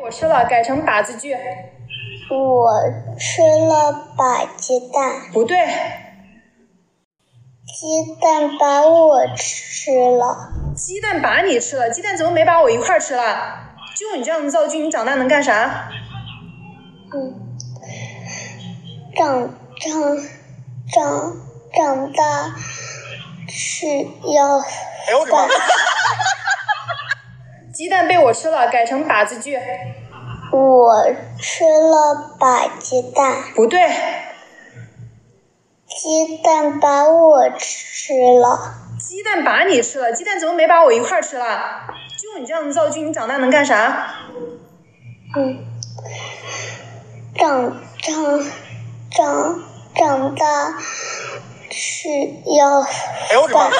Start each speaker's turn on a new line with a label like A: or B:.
A: 我吃了，改成把字句。
B: 我吃了把鸡蛋，
A: 不对，
B: 鸡蛋把我吃了。
A: 鸡蛋把你吃了，鸡蛋怎么没把我一块儿吃了？就你这样的造句，你长大能干啥？
B: 嗯，长长长长大是要
C: 哎呦我的妈！
A: 鸡蛋被我吃了，改成把字句。
B: 我吃了把鸡蛋，
A: 不对，
B: 鸡蛋把我吃了。
A: 鸡蛋把你吃了，鸡蛋怎么没把我一块儿吃了？就你这样的造句，你长大能干啥？
B: 嗯，长长长长大是要
C: 哎呦我的妈！